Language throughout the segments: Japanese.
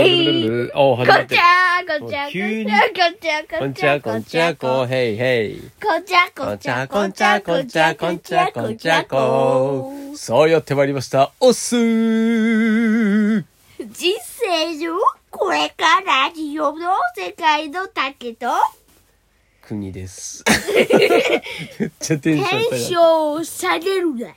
い。うお、こ始んちまゃってる。ーこんちゃもうー急にこんちゃーここんんちちゃゃーーここんんちちゃーゃーここーへいへい。んちゃーここんんちちゃーゃーここんんちちゃゃーーここんんちちゃゃーこーこんんちちゃーゃーこんちゃーここんちゃーこー。そうやってまいりました。おっすー。ー。人生上、これからラジオの世界の竹と、国です。めっちゃテンションテン高いシ。ョン下げるな。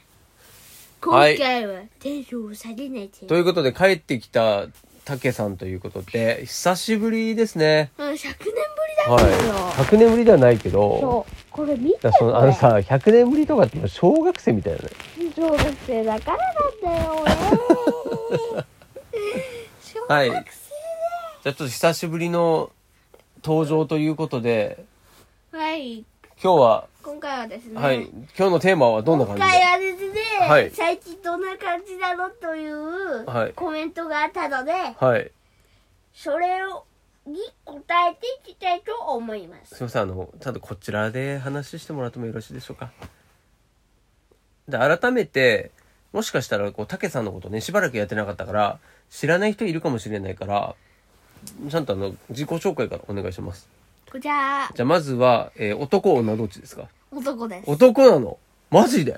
今はい回はテンション下げないで。ということで帰ってきたたけさんということで久しぶりですね。うん、100年ぶりはだったい。よ。100年ぶりではないけど。そう。これ見てだこからそれのあのさ100年ぶりとかって小学生みたいなね。小学生だからなんだよ俺小学生、はい。じゃあちょっと久しぶりの登場ということではい、今日は、今回はですね、はい今日のテーマはどんな今感じ回で。はですね、はい最近どんな感じなのという、はいコメントがあったのではい。それをに答えていきたいと思いますすみませんあのちゃんとこちらで話してもらってもよろしいでしょうかで改めてもしかしたらこう武さんのことねしばらくやってなかったから知らない人いるかもしれないからちゃんとあの自己紹介からお願いしますこちらじゃあまずは、えー男女どっちですか男です男なのマジで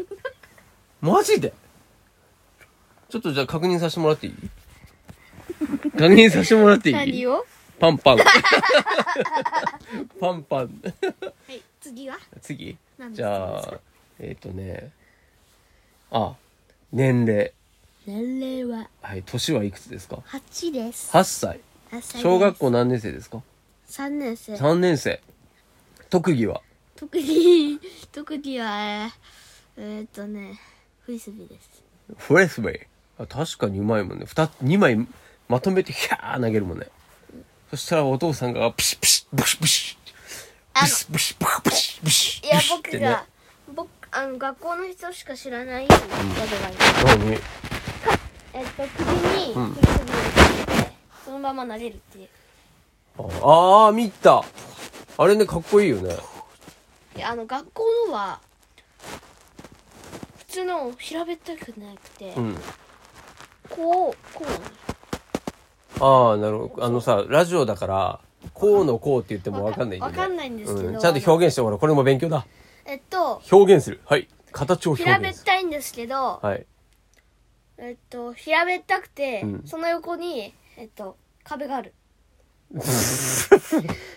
マジでちょっとじゃあ確認させてもらっていい確認させてもらっていい何をパンパ ンパンパンはい次は次何ですじかゃあえっ、とねあ年齢年齢ははい年はいくつですか8です8歳小学校何年生ですか3年生3年生特技は特に特にはえーえーっとねフリスビーですフレスベイあ確かにうまいもんね 2, 2枚まとめてヒャー投げるもんねそしたらお父さんがプシュプシュブシュブシュあのブシュブシュブシュブシュいやブシュっ僕てねが僕あの学校の人しか知らない技があります何えっと首にんフリスビーをつけてそのまま投げるっていうああ見たあれねかっこいいよねいやあの学校のは普通の平べったくなくて、うんこうこうなのああなるほどあのさラジオだから「こうのこう」って言っても分かんないよねわかんないんですけどうちゃんと表現してほらこれも勉強だえっと表現するはい形を表平べっ現するたいんですけど、はいえっと平べったくて、うんその横にえっと壁がある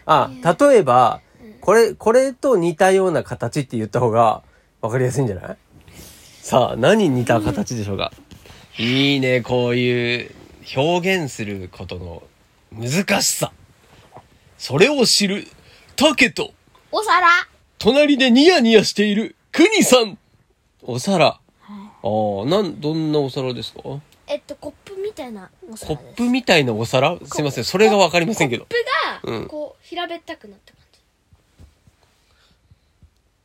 あ例えばこれこれと似たような形って言った方が分かりやすいんじゃないさあ何に似た形でしょうかいいねこういう表現することの難しさそれを知る竹とお皿隣でニヤニヤしている国さんお皿ああなんどんなお皿ですかコえっとコップみたいなお皿ッですプみたいなお皿すいませんそれがわかりませんけどコップうんがこう平べったくなった感じ、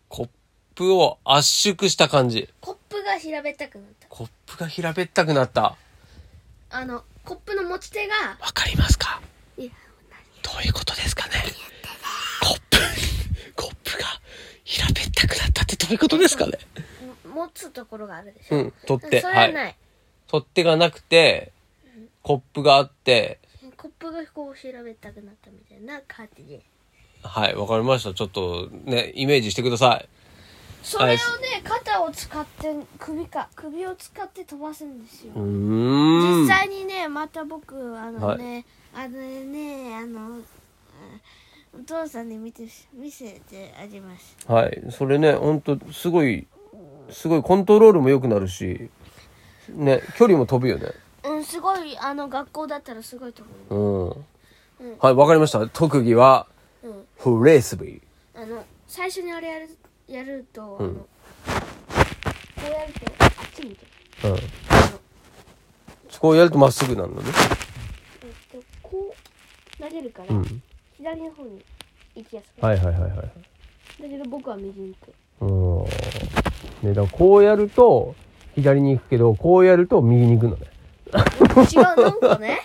コップを圧縮した感じコップが平べったくなったコップが平べったくなったあのコップの持ち手がわかりますかいやどういうことですかねコップコップが平べったくなったってどういうことですかね何も持つところがあるでしょ、うん取っ手それはない、い取っ手がなくてコップがあってコップがこう平べったくなったみたいな感じではいわかりましたちょっとねイメージしてくださいそれをね肩を使って首か首を使って飛ばすんですよ、うーん実際にねまた僕あのね、あのねあのあお父さんに見て見せてあげますはい、それね、ほんと、すごい、すごい、コントロールも良くなるし、ね、距離も飛ぶよね。うんすごいあの学校だったらすごいと思ううん。はい、わかりました。特技は、うんフレスビー。あの最初にあれやるやると、んあのこうやるとあっち向いてうん。こうやるとまっすぐなるのね。えっとこう投げるから、うん。左の方に行きやすくなるはいはいはいはい。だけど僕は右に行くうん。ね、だからこうやると、左に行くけど、こうやると右に行くのね。違うなんかね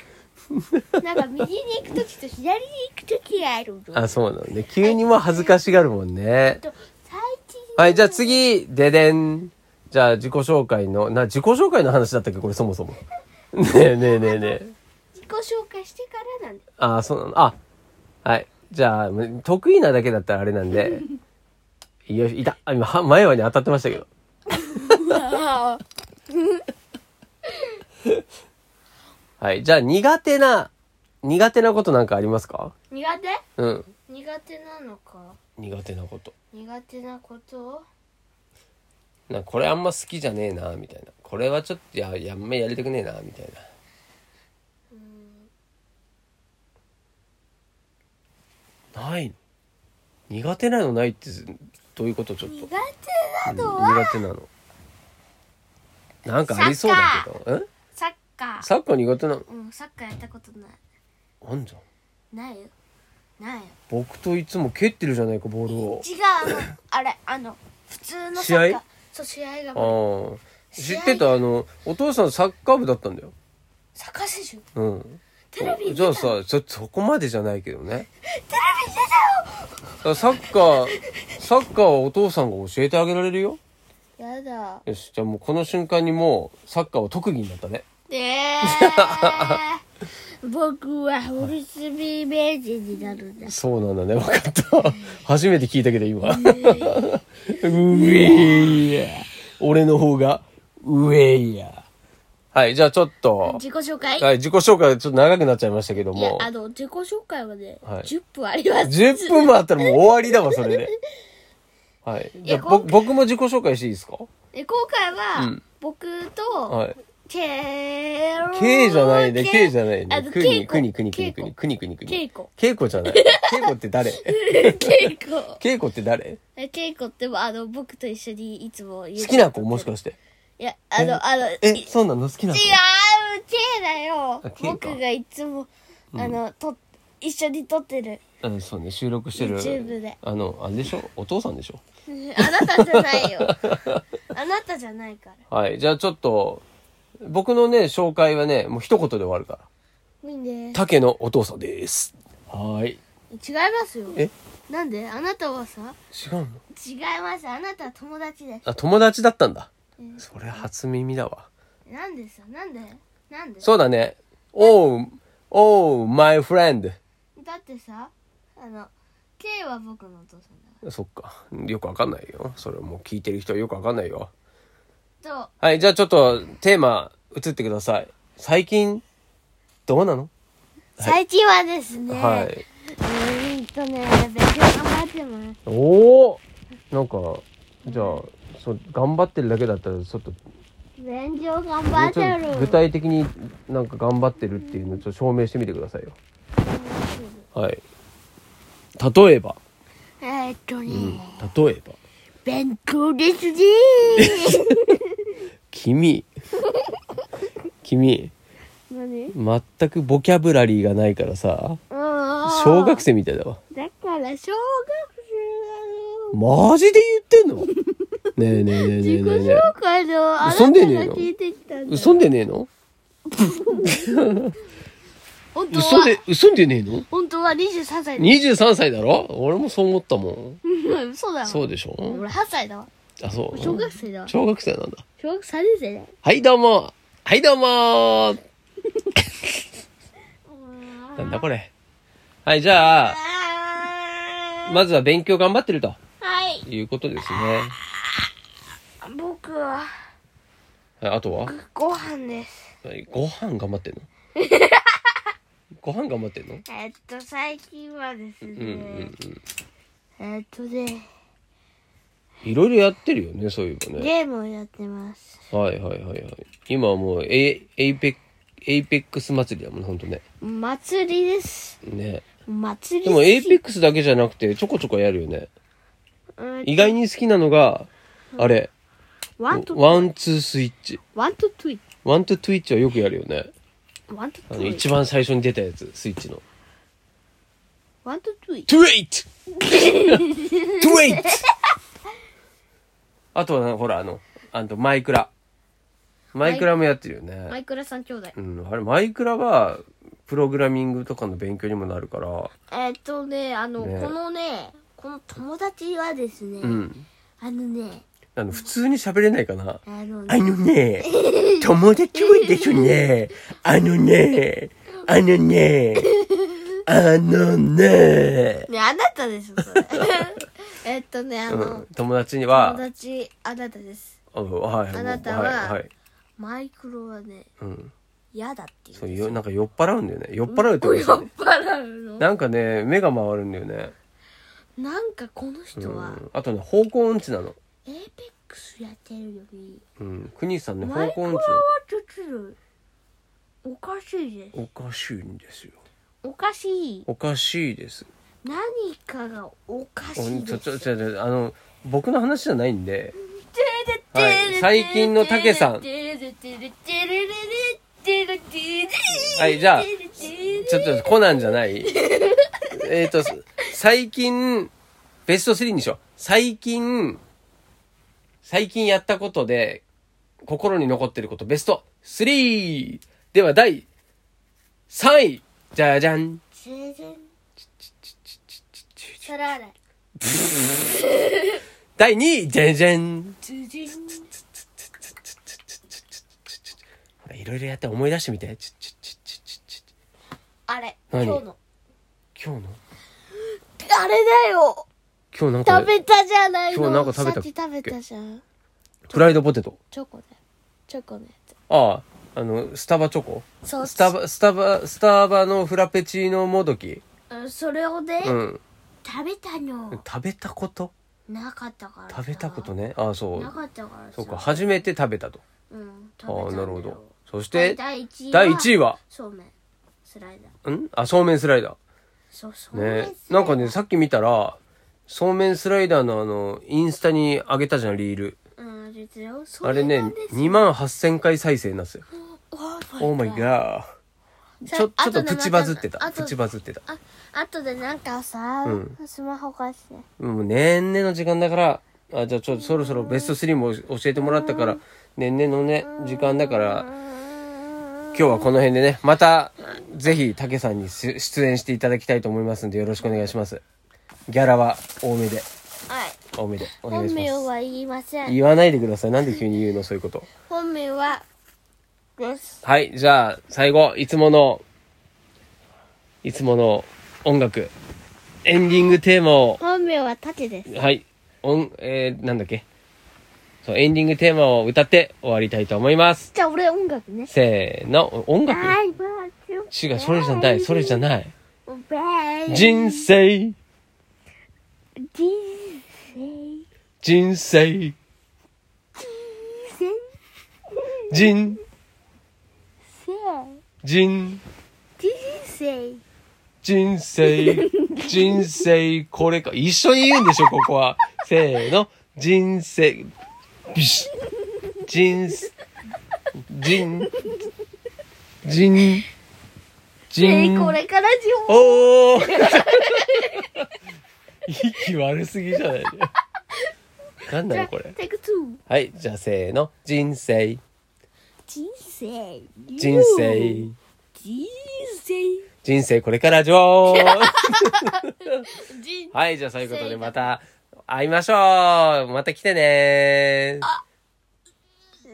なんか右に行く時と左に行く時があるのあ、そうなんで、急にも恥ずかしがるもんねえっ。と最近はい、じゃあ次、ででん。じゃあ 自己紹介の、な、自己紹介の話だったっけこれそもそも。ねえねえねえねえ。自己紹介してからなんでああ、そうなの。あ、はい。じゃあ、得意なだけだったらあれなん で。よし、いた。あ今、は前歯に当たってましたけど。はい。じゃあ、苦手な、苦手なことなんかありますか苦手うん。苦手なのか苦手なこと。苦手なことなこれあんま好きじゃねえな、みたいな。これはちょっと、いや、やんまやりたくねえな、みたいな。ないの苦手なのないってどういうことちょっと苦手なのは苦手なのなんかありそうだけどえサッカーサッカー苦手なのうんサッカーやったことないあんじゃんないよないよ僕といつも蹴ってるじゃないかボールを違うあのあれあの普通のサッ試カー合そう試合がああ知ってたあのお父さんサッカー部だったんだよサッカー選手うんテレビじゃあさちょそこまでじゃないけどねテレビ出ただからサッカーサッカーはお父さんが教えてあげられるよよやだよしじゃあもうこの瞬間にもうサッカーは特技になったねえー、 僕は古住名人になるんだそうなんだね、分かった。 初めて聞いたけど、今。うえいや。俺の方が、うえいや。はい、じゃあちょっと、自己紹介はい、自己紹介ちょっと長くなっちゃいましたけどいやも、あの自己紹介はね、はい10分あります10分もあったらもう終わりだわ、それで。はい。じゃあ、いやぼ僕も自己紹介していいですかで今回は、うん僕と、はい。ケロ K じゃないね、K じゃないあね。のくケイに、コくに、くに、くケに、イくコに、くに、くに、くに。ケイコケイコじゃない。ケイコって 誰ケイコケイコって誰えケイコってもあの僕と一緒にいつも好好きな子もしかして。いやあのあのい違うえ、そうなの好きな子 K だよあ K か僕がいつもあの、と一緒に撮って るうん、そうね、収録してる。 YouTube であの、あれでしょお父さんでしょあなたじゃな いよあなたじゃないからはい、じゃあちょっと、僕のね、紹介はね、もう一言で終わるから。みんで竹のお父さんです。はーい。違いますよえなんであなたはさ違うの違いますあなたは友達ですあ、友達だったんだ。それ初耳だわ。なんでさなんでなんでそうだね。Oh, oh, my friend. だってさあの K は僕のお父さんだかそっか。よくわかんないよ。それもう聞いてる人はよくわかんないよ。らとはい、じゃあちょっとテーマ移ってください。最近、どうなの最近はですね、はい。うーんとね、勉強頑張ってます。おおなんかじゃあそう頑張ってるだけだったらちょっと勉強頑も張うっちょてっる。と具体的になんか頑張ってるっていうのをちょっと証明してみてくださいよはい例えば、えーっとね、うん、例えば勉強ですね。 君君何全くボキャブラリーがないからさ小小学生みたいだわだから小学生マジで言 ってんのねえねえねえねえなねえの。ね自己紹介のあなた嘘がんでねえの聞いてきたんえだ。嘘んでねえの本当嘘はで、嘘んでねえの本当は23歳 だ。 23歳だろ俺もそう思ったもん嘘だわ。そうでしょ俺8歳だわ。あ、そう。小学生だわ。小学生なんだ。小学3年生だよ。はい、どうも。はい、どうも。 なんだこれ。はい、じゃあ、あーまずは勉強頑張ってるとはい。いうことですね。僕ははいあとはご飯です。はいご飯頑張ってん のご飯頑張ってんのえっと、最近はですうんね、うんうん。えっとね、いろいろやってるよね、そういえばね。ゲームをやってます。はいはいはいはい。今はもう、エエイペック、エイペックス祭りだもんね、ほんとね。祭りです。ね。祭りでも、エイペックスだけじゃなくて、ちょこちょこやるよね。うん意外に好きなのが、あれ、ワンと、ワン、ツー、スイッチ。ワンとトゥイ。ワンとトゥイッチはよくやるよね。ワンとあトの、ゥ一イ。番最初に出たやつ、スイッチの。ワンとトゥイ。ト ゥイッチトゥイッチあとはな、ほら、あの、あの、マイクラ。マイクラもやってるよマね。イクラ三兄弟。うん、あれ、マイクラは、プログラミングとかの勉強にもなるから、えっとね、あの、ねこのね、この友達はですね、うん。あのね、あの、普通に喋れないかな。あのあね、のね、友達はいですね。あのね、あのね、あのね、ねあなたです それえっとねあうの、ん、友達に友は、達あなたですあはい、あなたははい、はい、マイクロはねうん、嫌だっていうそうよ、なんか酔っ払うんだよね。酔っ払うってことです酔よっね。払うのなんかね、目が回るんだよね。なんかこのう人はん、あとね、方向音痴なの。エーペックスやってるよりうん、国さんね、マ方イク向ロ音は痴ちょっとおかしいですなの。おかしいんですよ。おかしいおかしいです。何かがおかおしいちょ、でちょ、すちょ、ちょあの、僕の話じゃないんで、はい最近のたけさんははいじゃあちょっとコナンじゃない えっと、最近、ベスト3にしよう。最近、最近やったことで、心に残ってること、ベスト 3! では、第3位じゃじゃ ん全然皿洗い第2位じゃじゃんズジンほらいろいろやって思い出してみて。ちちちちちちあれ今何日の今日のあれだよ今日なんか食、べたじゃないの今日なんか食べたさっき食べたじゃんフライドポテト。チョコだよチョコのやああ、あの、スタバチョコつそうスタバ、スタバ、スタバのフラペチーノもどき。うんそれをねうん。食べたの食べたことなかったからさ食べたことね。ああ、そなう。かったからさそうか、初めて食べたと。うん食べああ、たんだなよるほど。そして、第1位は第1位は、そうめんスライダーんあ、そうめんスライダそうそうめんー。ね。スなライんダーかね、さっき見たら、そうめんスライダーのあの、インスタに上げたじゃん、リール。うんですよそあれねなんで、すよ2万8000回再生なんですよ。オーマイガ Oh my god ー。さちょ、ちょっ後とでプまたチバズってた。後プチバズってた。ああとでなんかさ、うんスマホ貸してもう年々の時間だから、あ、じゃあちょ、そろそろベスト3も教えてもらったから、年々のね、時間だから、今日はこの辺でね、また、ぜひ、たけさんにし出演していただきたいと思いますんで、よろしくお願いします。ギャラは多めで、はい多めで、お願本いし名まは言いませす。ん言わないでください。なんで急に言うの、そういうこと。本名はですはい、じゃあ、最後、いつもの、いつもの音楽、エンディングテーマを、本名はタケですはい。音、えー、なんだっけ。そう、エンディングテーマを歌って終わりたいと思います。じゃあ俺音楽ねせーの、音楽はい違違う、それじゃない、それじゃない。ない人生、人生人生、先人、生人、人生人生、人生、これか。一緒に言うんでしょ、ここは。せーの、人生、ビシッ。人生、人、人、え人、これからじょおお 息悪すぎじゃないなんじなのゃあこれ。テイク2はい、じゃあせーの。人生、人生人生、人生人生これから上人はい、じゃあそういうことでまた会いましょうまた来てね生